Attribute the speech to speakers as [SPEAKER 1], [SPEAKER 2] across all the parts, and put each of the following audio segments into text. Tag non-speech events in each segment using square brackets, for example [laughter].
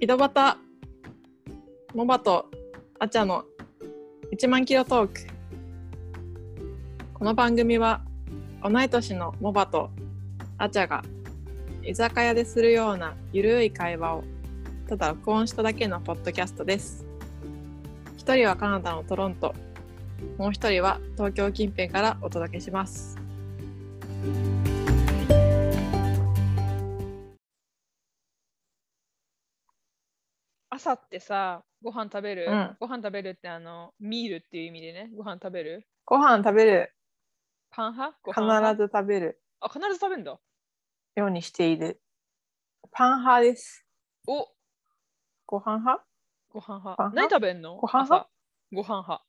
[SPEAKER 1] 井戸端モバとアチャの1万キロトークこの番組は同い年のモバとアチャが居酒屋でするようなゆるい会話をただ録音しただけのポッドキャストです一人はカナダのトロントもう一人は東京近辺からお届けします
[SPEAKER 2] 朝ってさ、ご飯食べる、
[SPEAKER 1] うん
[SPEAKER 2] ご飯食べるってあの、ミールっていう意味でね、ご飯食べる
[SPEAKER 1] ご飯食べる
[SPEAKER 2] パン派ご
[SPEAKER 1] 必
[SPEAKER 2] 飯派
[SPEAKER 1] ず食べる
[SPEAKER 2] あ、必ず食べるんだ。
[SPEAKER 1] ようにしているパン派です
[SPEAKER 2] お
[SPEAKER 1] ご飯派
[SPEAKER 2] ご飯派。
[SPEAKER 1] パン派
[SPEAKER 2] 何食べんの
[SPEAKER 1] ご飯派
[SPEAKER 2] 朝ご飯派。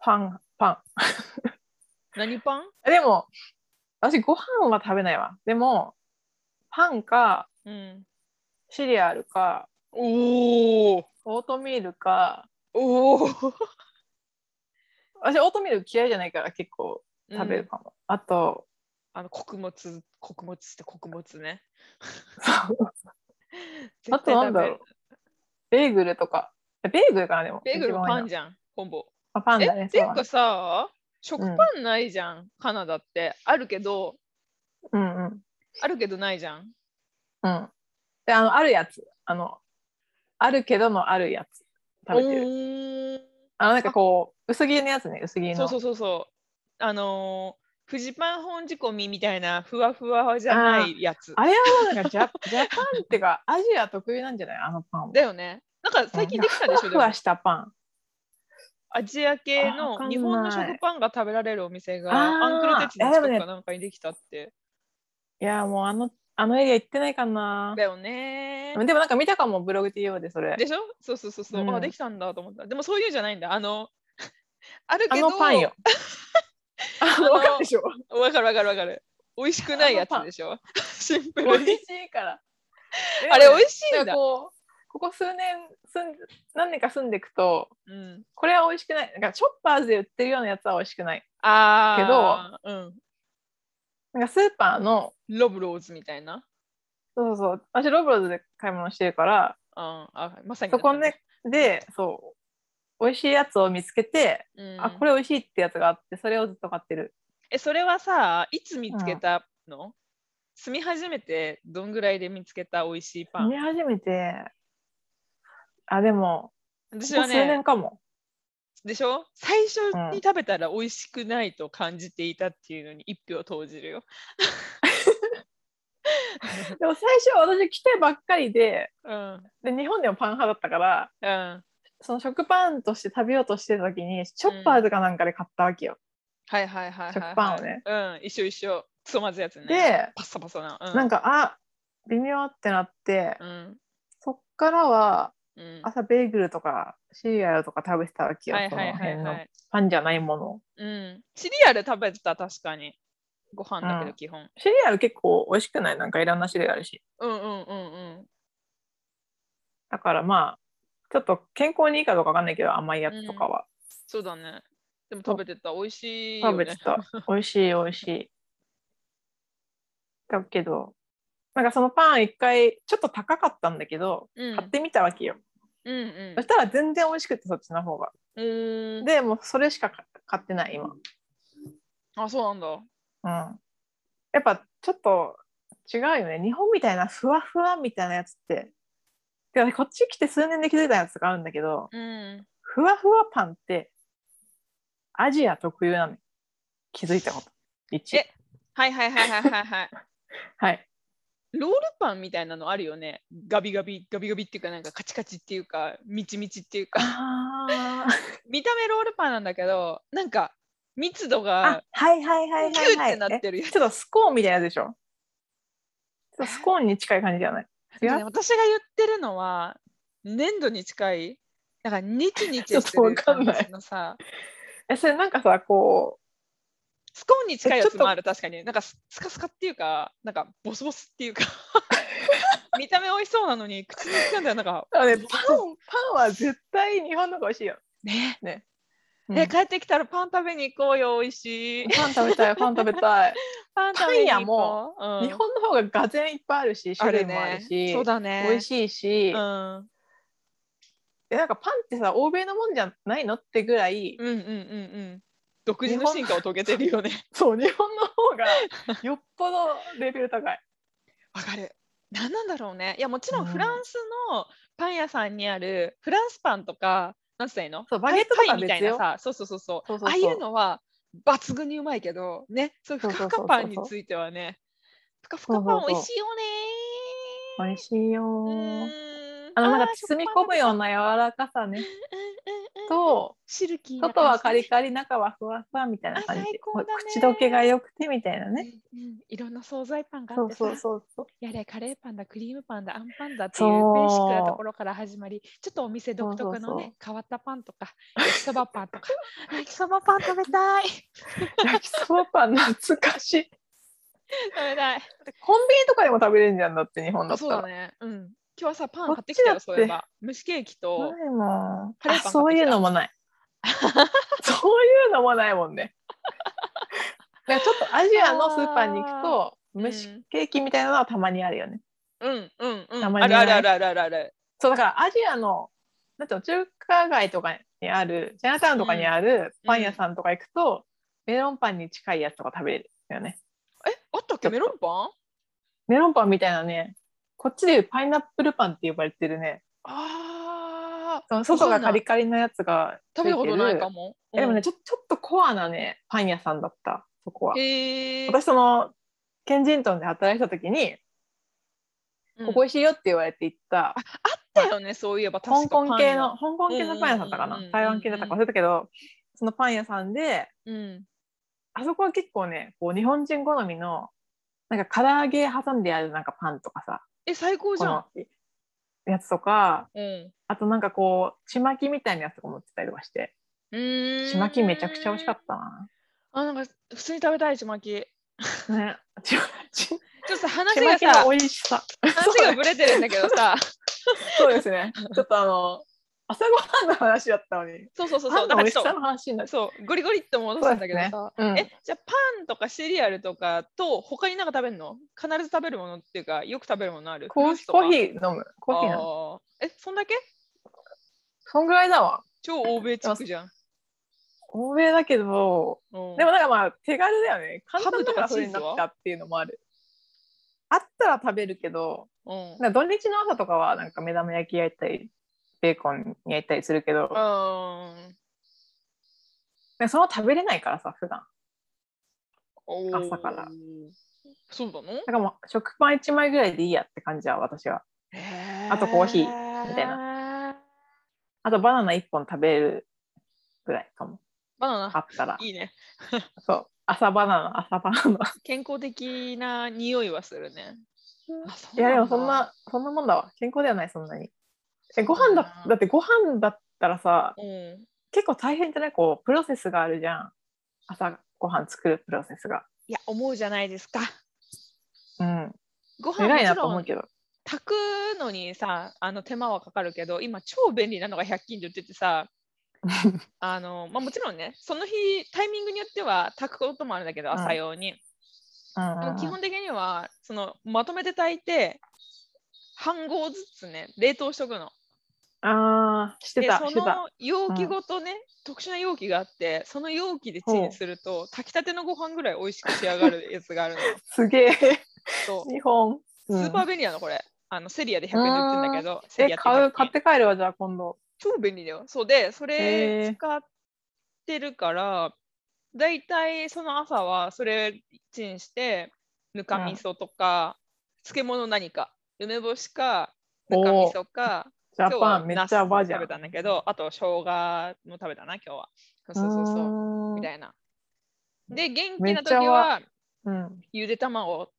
[SPEAKER 1] パンパン
[SPEAKER 2] 何パン
[SPEAKER 1] でも、私ご飯は食べないわ。でも、パンか
[SPEAKER 2] うん。
[SPEAKER 1] シリアルか
[SPEAKER 2] おお
[SPEAKER 1] オートミールか、
[SPEAKER 2] おお
[SPEAKER 1] 私オートミール嫌いじゃないから結構食べるかも。あと、
[SPEAKER 2] あの、穀物、穀物って穀物ね。
[SPEAKER 1] あとなんだろう
[SPEAKER 2] 絶対
[SPEAKER 1] ベ
[SPEAKER 2] 食べる。
[SPEAKER 1] ーグルとか。ベーグルかなでも。
[SPEAKER 2] ベーグル
[SPEAKER 1] 一番多いの
[SPEAKER 2] パンじゃん、ほぼ。
[SPEAKER 1] あパンだね。
[SPEAKER 2] え、っていう
[SPEAKER 1] そう
[SPEAKER 2] かさ、食パンないじゃん、カナダって。あるけど、
[SPEAKER 1] だねうんうん。
[SPEAKER 2] あるけどないじゃん。
[SPEAKER 1] うん。で、あの、あるやつ。あの、あるけどのあるやつ。食べてる。
[SPEAKER 2] る。
[SPEAKER 1] あの、なんかこう、薄切りのやつね、薄切りの。
[SPEAKER 2] そうそうそうそう。あのー、フジパン本仕込みみたいなふわふわじゃないやつ。
[SPEAKER 1] あれはなんかジャジャパンっていうか、アジア特有なんじゃないあのパンは。
[SPEAKER 2] だよね。なんか最近できたでしょ、
[SPEAKER 1] ふ
[SPEAKER 2] で
[SPEAKER 1] わふ
[SPEAKER 2] も
[SPEAKER 1] わしたパン。
[SPEAKER 2] アジア系
[SPEAKER 1] わかんな
[SPEAKER 2] の
[SPEAKER 1] い
[SPEAKER 2] 日本の食パンが食べられるお店が
[SPEAKER 1] あー
[SPEAKER 2] アンクルテッチの近
[SPEAKER 1] いやでも
[SPEAKER 2] く
[SPEAKER 1] ね
[SPEAKER 2] かなんかにできたって。
[SPEAKER 1] いやもうあのあのエリア行ってないかな
[SPEAKER 2] だよね
[SPEAKER 1] で。もなんか見たかもブログ TO でそれ
[SPEAKER 2] でしょそうそうそうそう、
[SPEAKER 1] うん
[SPEAKER 2] あ、できたんだと思った。でもそういうんじゃないんだ。あの、 [laughs] ある
[SPEAKER 1] あ
[SPEAKER 2] けど、
[SPEAKER 1] のパン
[SPEAKER 2] [laughs]
[SPEAKER 1] よあ
[SPEAKER 2] の
[SPEAKER 1] の分かるでしょ
[SPEAKER 2] わかるわかるわかる。美味しくないやつでしょ [laughs] シンプルに。
[SPEAKER 1] しいから
[SPEAKER 2] あれ美味しい
[SPEAKER 1] なんんか
[SPEAKER 2] だ。
[SPEAKER 1] こうここ数年住ん何年か住んでいくと
[SPEAKER 2] うん、
[SPEAKER 1] これは美味しくないなんかチョッパーズで売ってるようなやつは美味しくない
[SPEAKER 2] ああ、けど、うん、
[SPEAKER 1] なんかスーパーの
[SPEAKER 2] ロブローズみたいな。
[SPEAKER 1] そうそうそう私ロブローズで買い物してるから
[SPEAKER 2] ああまさに
[SPEAKER 1] そこね、でそう美味しいやつを見つけて、
[SPEAKER 2] うん
[SPEAKER 1] あこれ美味しいってやつがあってそれをずっと買ってる
[SPEAKER 2] えそれはさいつ見つけたの、住み始めてどんぐらいで見つけた美味しいパン、
[SPEAKER 1] 見始めてあでも
[SPEAKER 2] 私
[SPEAKER 1] ここ
[SPEAKER 2] は
[SPEAKER 1] 数
[SPEAKER 2] ね
[SPEAKER 1] 年かも。
[SPEAKER 2] でしょ最初
[SPEAKER 1] うん
[SPEAKER 2] に食べたら美味しくないと感じていたっていうのに一票投じるよ、
[SPEAKER 1] でも最初私来てばっかりで
[SPEAKER 2] うんうん、
[SPEAKER 1] で日本でもパン派だったから
[SPEAKER 2] は
[SPEAKER 1] その食パンとして食べようとしてた時にチョッパーズかなんかで買ったわけよ。
[SPEAKER 2] いはいはいはい、はい、
[SPEAKER 1] 食パンをね
[SPEAKER 2] うん一緒一緒クソまずいやつね
[SPEAKER 1] で
[SPEAKER 2] パッサパサな、う
[SPEAKER 1] なんかあ微妙ってなって、
[SPEAKER 2] うん
[SPEAKER 1] そっからは
[SPEAKER 2] うん
[SPEAKER 1] 朝ベーグルとかシリアルとか食べてたわけよ、
[SPEAKER 2] はいはいはい
[SPEAKER 1] その辺
[SPEAKER 2] は
[SPEAKER 1] の
[SPEAKER 2] い、
[SPEAKER 1] パンじゃないもの。
[SPEAKER 2] うん、シリアル食べてた確かにご飯だけ
[SPEAKER 1] う
[SPEAKER 2] ど
[SPEAKER 1] ん
[SPEAKER 2] 基本、
[SPEAKER 1] シリアル結構美味しくないなんかいろんな種類あるし
[SPEAKER 2] うん、うんうんうん
[SPEAKER 1] だからまあちょっと健康にいいかどうかわかんないけど甘いやつとかは
[SPEAKER 2] そうだね。でも
[SPEAKER 1] そう
[SPEAKER 2] 食べてた。美味しいよ、
[SPEAKER 1] 食
[SPEAKER 2] ね。
[SPEAKER 1] べてた。美味しい美味しい。だけど、なんかそのパン一回ちょっと高かったんだけど、
[SPEAKER 2] うん
[SPEAKER 1] 買ってみたわけよ。
[SPEAKER 2] うんうん
[SPEAKER 1] そしたら全然美味しくてそっちの方が。
[SPEAKER 2] うーん。
[SPEAKER 1] でもうそれしか買買ってない今。うん。
[SPEAKER 2] あ、そうなんだ。
[SPEAKER 1] やっぱちょっと違うよね。日本みたいなふわふわみたいなやつって。でこっち来て数年で気づいたやつがあるんだけど、
[SPEAKER 2] うん。
[SPEAKER 1] ふわふわパンってアジア特有なの。気づいたこと。1
[SPEAKER 2] え。はいはいはいはいはいはい。
[SPEAKER 1] はい。
[SPEAKER 2] [laughs] ロールパンみたいなのあるよね。ガビガビ、ガビガビっていうか、なんかカチカチっていうか、ミチミチっていうか。 [laughs]
[SPEAKER 1] ああ。
[SPEAKER 2] 見た目ロールパンなんだけど、なんか密度
[SPEAKER 1] あ
[SPEAKER 2] が、
[SPEAKER 1] はいはいはい
[SPEAKER 2] キ
[SPEAKER 1] はい、
[SPEAKER 2] ューっ
[SPEAKER 1] はい。
[SPEAKER 2] てなってるや
[SPEAKER 1] え
[SPEAKER 2] つ。
[SPEAKER 1] ちょっとスコーンみたいなやつでしょちょっとスコーンに近い感じじゃない違
[SPEAKER 2] でもね
[SPEAKER 1] う
[SPEAKER 2] 私が言ってるのは、粘土に近い。だからニチニチして
[SPEAKER 1] ちょっ
[SPEAKER 2] る
[SPEAKER 1] とわかん
[SPEAKER 2] 感
[SPEAKER 1] ない
[SPEAKER 2] じのさ、
[SPEAKER 1] えそれなんかさこ
[SPEAKER 2] スコーンに近いやつもある、確かに。なんかススカスカっていうか、なんかボスボスっていうか、 [laughs] 見た目美味しそうなのに、口につかんだらなんか、
[SPEAKER 1] うあのねパンパンは絶対日本の方が美味しいよ
[SPEAKER 2] ね、
[SPEAKER 1] ね。うん
[SPEAKER 2] え帰ってきたらパン食べに行こうよ美味しい
[SPEAKER 1] パン食べたい、パン食べたい。
[SPEAKER 2] パン食べに行こう、うん
[SPEAKER 1] 日本の方ががぜんいっぱいあるし、種類もあるし、
[SPEAKER 2] ね、そうだね
[SPEAKER 1] 美味しいし、
[SPEAKER 2] うん、うん
[SPEAKER 1] でなんかパンってさ、欧米のもんじゃないのってぐらい、
[SPEAKER 2] うんうんうん独自の進化を遂げてるよね
[SPEAKER 1] そう、日本の方がよっぽどレベル高い。
[SPEAKER 2] わかる何なんだろうねいやもちろん
[SPEAKER 1] うん
[SPEAKER 2] フランスのパン屋さんにあるフランスパンとかなんつったらいいの
[SPEAKER 1] そうバゲットとか
[SPEAKER 2] パイみたいな
[SPEAKER 1] 別
[SPEAKER 2] さそうそうそうそう
[SPEAKER 1] そうそうそう
[SPEAKER 2] ああいうのは抜群にうまいけどねそういうふかふかパンについてはねふかふかパン美味しいよね
[SPEAKER 1] 美味しいよ
[SPEAKER 2] う
[SPEAKER 1] ー。
[SPEAKER 2] ーん
[SPEAKER 1] あのなんか
[SPEAKER 2] ー
[SPEAKER 1] 包み込むような柔らかさね
[SPEAKER 2] 食パンだうんうんうん
[SPEAKER 1] と
[SPEAKER 2] シルキーな
[SPEAKER 1] 外はカ
[SPEAKER 2] 感じ
[SPEAKER 1] リカリ中はふわふわみたいな感じ
[SPEAKER 2] あ
[SPEAKER 1] で
[SPEAKER 2] 最高だね
[SPEAKER 1] 口どけが良くてみたいなね
[SPEAKER 2] うんうんいろんな惣菜パンがあ
[SPEAKER 1] そ
[SPEAKER 2] っ
[SPEAKER 1] う
[SPEAKER 2] てさ
[SPEAKER 1] そうそうそう
[SPEAKER 2] やれカレーパンだクリームパンだあんパンだってい
[SPEAKER 1] そうう
[SPEAKER 2] ベーシックなところから始まりちょっとお店独特のね
[SPEAKER 1] そうそうそう
[SPEAKER 2] 変わったパンとか焼きそばパ
[SPEAKER 1] [laughs]
[SPEAKER 2] ンとか焼きそばパン食べたい [laughs] 食
[SPEAKER 1] 焼きそばパン懐かし
[SPEAKER 2] [laughs]
[SPEAKER 1] い
[SPEAKER 2] べたい
[SPEAKER 1] コンビニとかでも食べれるじゃんだって日本だ
[SPEAKER 2] あ
[SPEAKER 1] った
[SPEAKER 2] そうだ
[SPEAKER 1] ら
[SPEAKER 2] ねうん今日はさパン買ってきた
[SPEAKER 1] こ
[SPEAKER 2] よ
[SPEAKER 1] っちだ
[SPEAKER 2] そ
[SPEAKER 1] って
[SPEAKER 2] ういえば蒸しケーキと
[SPEAKER 1] ないもん
[SPEAKER 2] カレーパン買ってき
[SPEAKER 1] あ
[SPEAKER 2] た
[SPEAKER 1] そういうのもない [laughs] そういうのもないもん
[SPEAKER 2] [laughs]
[SPEAKER 1] ねなんかちょっとアジアのスーパーに行くと
[SPEAKER 2] あー
[SPEAKER 1] 蒸しケーキみたいなのはたまにあるよね、
[SPEAKER 2] うんうんうん
[SPEAKER 1] たま
[SPEAKER 2] あ
[SPEAKER 1] に
[SPEAKER 2] る
[SPEAKER 1] ね
[SPEAKER 2] あるあるあるあるある
[SPEAKER 1] そうだからアジアのなんていうの中華街とかにあるチャイナタウンとかにある
[SPEAKER 2] うん
[SPEAKER 1] パン屋さんとか行くと、メロンパンに近いやつとか食べれるよね
[SPEAKER 2] えあったっ
[SPEAKER 1] ちょっ
[SPEAKER 2] け
[SPEAKER 1] と
[SPEAKER 2] メロンパン
[SPEAKER 1] メロンパンみたいなねこっちでいうパイナップルパンって呼ばれてるね
[SPEAKER 2] あー
[SPEAKER 1] その外
[SPEAKER 2] わ
[SPEAKER 1] が
[SPEAKER 2] かんな
[SPEAKER 1] カ
[SPEAKER 2] い
[SPEAKER 1] リカリのやつが
[SPEAKER 2] 食べたことないか
[SPEAKER 1] も、
[SPEAKER 2] も
[SPEAKER 1] えでも
[SPEAKER 2] う
[SPEAKER 1] ね
[SPEAKER 2] ん
[SPEAKER 1] ちょちょっとコアなねパン屋さんだったそこは、
[SPEAKER 2] へえ
[SPEAKER 1] 私そのケンジントンで働いてた時に、ここ美味しいよって言われて行った
[SPEAKER 2] だよねそういえば
[SPEAKER 1] 香
[SPEAKER 2] 確か
[SPEAKER 1] 港系の
[SPEAKER 2] パ
[SPEAKER 1] 香港系のパン屋さんだったか
[SPEAKER 2] うんうんうんうんう
[SPEAKER 1] なん台湾系だったか忘れたけどそのパン屋さんで
[SPEAKER 2] ンのうん
[SPEAKER 1] あそこは結構ねこう日本人好みのなんか唐揚げ挟んであるなんかパンとかさ
[SPEAKER 2] え最高じ
[SPEAKER 1] こ
[SPEAKER 2] ゃん
[SPEAKER 1] のやつとか
[SPEAKER 2] うん
[SPEAKER 1] あとなんかこうちまきみたいなやつとか持ってたりとかして
[SPEAKER 2] うーん
[SPEAKER 1] ちまきめちゃくちゃ美味しかったな。
[SPEAKER 2] あなんか普通に食べたいちまき。ち
[SPEAKER 1] ね、ちまち
[SPEAKER 2] ょっと
[SPEAKER 1] ち
[SPEAKER 2] 話
[SPEAKER 1] ま
[SPEAKER 2] が
[SPEAKER 1] き
[SPEAKER 2] さ
[SPEAKER 1] の美味しさ。
[SPEAKER 2] 話がぶれてるんだけど
[SPEAKER 1] [laughs]
[SPEAKER 2] さ、
[SPEAKER 1] そうですね。ちょっとあの朝ごはんの話だったのに、
[SPEAKER 2] そうそうそう
[SPEAKER 1] パ
[SPEAKER 2] そ
[SPEAKER 1] ン
[SPEAKER 2] う
[SPEAKER 1] の
[SPEAKER 2] なん
[SPEAKER 1] 美味
[SPEAKER 2] かち
[SPEAKER 1] し
[SPEAKER 2] ょっ
[SPEAKER 1] さ
[SPEAKER 2] と
[SPEAKER 1] の話になっちゃ
[SPEAKER 2] そうゴリゴリって戻すんだけどさ、
[SPEAKER 1] う。うん、
[SPEAKER 2] えじゃあパンとかシリアルとかと他になんか食べるの？必ず食べるものっていうかよく食べるものある？
[SPEAKER 1] コーヒーコーヒー飲む。コーヒー飲む。
[SPEAKER 2] ーえそんだけ？
[SPEAKER 1] そんぐらいだわ。
[SPEAKER 2] 超欧米チックじゃん。
[SPEAKER 1] 欧米だけど、
[SPEAKER 2] うん
[SPEAKER 1] でもなんかまあ手軽だよね。簡単だから
[SPEAKER 2] ハムとか
[SPEAKER 1] そ
[SPEAKER 2] チーズは
[SPEAKER 1] れになったっていうのもある。あったら食べるけど、
[SPEAKER 2] うん。
[SPEAKER 1] なんか土日の朝とかはなんか目玉焼き焼いたり、ベーコン焼いたりするけど、
[SPEAKER 2] うん
[SPEAKER 1] なんかその食べれないからさ、普段。
[SPEAKER 2] おー
[SPEAKER 1] 朝から。
[SPEAKER 2] そうなの？
[SPEAKER 1] だからもう食パン1枚ぐらいでいいやって感じは私は。あとコーヒーみたい
[SPEAKER 2] な。
[SPEAKER 1] あとバナナ1本食べるぐらいかも。
[SPEAKER 2] バナ
[SPEAKER 1] あ
[SPEAKER 2] ナ
[SPEAKER 1] ったら。
[SPEAKER 2] いいね。
[SPEAKER 1] そう。朝バナナ、朝バナナ。
[SPEAKER 2] 健康的な匂いはするね。あ
[SPEAKER 1] いやでもそん。な、そんなもんだわ。健康ではない、そんなに。え、ご飯
[SPEAKER 2] そうだ
[SPEAKER 1] だ
[SPEAKER 2] な、
[SPEAKER 1] だってご飯だったらさ、
[SPEAKER 2] うなんだうん。
[SPEAKER 1] 結構大変じゃないこう、プロセスがあるじゃん。朝ご飯作るプロセスが。
[SPEAKER 2] いや、思うじゃないですか。 [laughs]
[SPEAKER 1] うん。
[SPEAKER 2] ご飯も
[SPEAKER 1] 偉いな
[SPEAKER 2] ち
[SPEAKER 1] と
[SPEAKER 2] ろ
[SPEAKER 1] 思うんけど。
[SPEAKER 2] 炊くのにさ、あの手間はかかるけど、今超便利なのが100均で売ってて
[SPEAKER 1] [laughs]
[SPEAKER 2] さ、あのまあ、もちろんね、その日、タイミングによっては炊くこともあるんだけど、
[SPEAKER 1] うん
[SPEAKER 2] 朝用に。
[SPEAKER 1] うん
[SPEAKER 2] でも基本的にはその、まとめて炊いて、半合ずつね、冷凍しとくの。
[SPEAKER 1] あー、して
[SPEAKER 2] で
[SPEAKER 1] た、
[SPEAKER 2] そ
[SPEAKER 1] してた。
[SPEAKER 2] の容器ごとね、特殊な容器があってその容器でチンすると炊きたてのご飯ぐらい美味しく仕上がるやつがあるの
[SPEAKER 1] すげ
[SPEAKER 2] [laughs]
[SPEAKER 1] え。
[SPEAKER 2] そ
[SPEAKER 1] 日本。
[SPEAKER 2] うスーパー便利なのこれあのセリアで100円で売ってんだけどセ
[SPEAKER 1] うん
[SPEAKER 2] リ
[SPEAKER 1] え、
[SPEAKER 2] ア
[SPEAKER 1] 買
[SPEAKER 2] 100
[SPEAKER 1] う、買って帰るわ、じゃあ今度。
[SPEAKER 2] 超便利だよそうでそ
[SPEAKER 1] へ
[SPEAKER 2] れ
[SPEAKER 1] ー
[SPEAKER 2] 使ってるからだいたいその朝はそれチンしてぬかみそとか、漬物何か梅干しかぬかみそか
[SPEAKER 1] ジャパン、めっちゃバージョン。
[SPEAKER 2] 食べたんだけど、あと生姜も食べたな、今日は。そうそうそうそう、
[SPEAKER 1] うーん
[SPEAKER 2] みたいな。で、元
[SPEAKER 1] め
[SPEAKER 2] 気
[SPEAKER 1] っ
[SPEAKER 2] な
[SPEAKER 1] ち
[SPEAKER 2] 時
[SPEAKER 1] ゃ
[SPEAKER 2] は、
[SPEAKER 1] うん。
[SPEAKER 2] ゆで卵を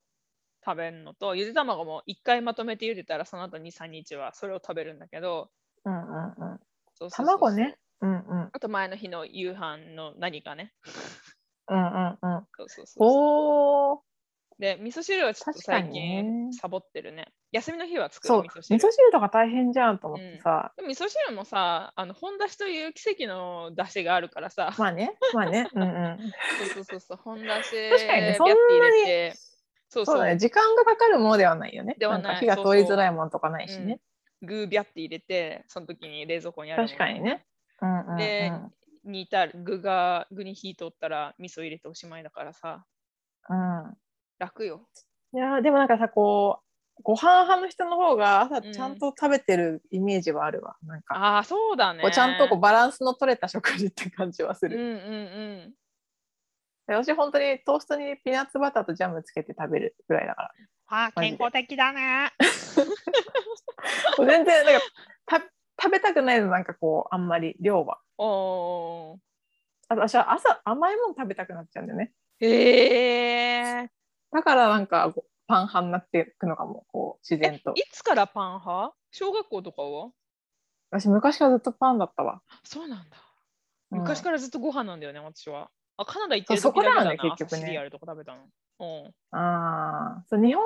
[SPEAKER 2] 食べるのと、ゆで卵も1回まとめてゆでたら、その後2、3日はそれを食べるんだけど、
[SPEAKER 1] うんうんうん。
[SPEAKER 2] そうそうそうそう
[SPEAKER 1] 卵ね。。うんうん。
[SPEAKER 2] あと前の日の夕飯の何かね。
[SPEAKER 1] うんうんうん。
[SPEAKER 2] そうそうそうそう
[SPEAKER 1] おー。
[SPEAKER 2] で、味噌汁はちょっと
[SPEAKER 1] 確か
[SPEAKER 2] 最
[SPEAKER 1] にね
[SPEAKER 2] 近サボってるね。休みの日は作
[SPEAKER 1] そ
[SPEAKER 2] る
[SPEAKER 1] う
[SPEAKER 2] 味噌
[SPEAKER 1] 味噌
[SPEAKER 2] 汁
[SPEAKER 1] 汁とか大変じゃんと思ってさ、
[SPEAKER 2] でも味噌汁もさあの本だしという奇跡のだしがあるからさ
[SPEAKER 1] まあねまあねうんうん
[SPEAKER 2] [laughs] そうそうそうそう本だし
[SPEAKER 1] 確かにねそんな
[SPEAKER 2] ピャ
[SPEAKER 1] に
[SPEAKER 2] ッて入れてそう
[SPEAKER 1] そう
[SPEAKER 2] そう
[SPEAKER 1] だね時間がかかるものではないよね
[SPEAKER 2] ではない
[SPEAKER 1] んか火が通りづらいものとかないしね
[SPEAKER 2] うんグービャって入れてその時に冷蔵庫にあるもの
[SPEAKER 1] 確かにねうんうんうん、
[SPEAKER 2] で煮た具が具に火通ったら味噌入れておしまいだからさ
[SPEAKER 1] うん
[SPEAKER 2] 楽よ
[SPEAKER 1] いやーでもなんかさこうご飯派の人の方が朝ちゃんと食べてるイメージはあるわ、なんか
[SPEAKER 2] ああそうだね
[SPEAKER 1] こうちゃんとこうバランスの取れた食事って感じはす
[SPEAKER 2] うんう
[SPEAKER 1] る、
[SPEAKER 2] んうん
[SPEAKER 1] で私本当にトーストにピーナッツバターとジャムつけて食べるぐらいだか
[SPEAKER 2] あ
[SPEAKER 1] マジで健康
[SPEAKER 2] 的だね
[SPEAKER 1] らもう全然なんかた食べたくないのなんかこうあんまり量は
[SPEAKER 2] おー
[SPEAKER 1] あと私は朝甘いもの食べたくなっちゃうんだよね
[SPEAKER 2] へー
[SPEAKER 1] だからなんかこうパン派になっていくのかもこう自然と
[SPEAKER 2] いつからパン派小学校とかは
[SPEAKER 1] 私昔からずっとパンだったわ、
[SPEAKER 2] そうなんだ
[SPEAKER 1] うん
[SPEAKER 2] 昔からずっとご飯なんだよね、私は。あ、カナダ行ってる
[SPEAKER 1] そう
[SPEAKER 2] 時だけだな、
[SPEAKER 1] そこだよね結局ね
[SPEAKER 2] 朝シリアルとか食べたの。うん。
[SPEAKER 1] ああ、そう日本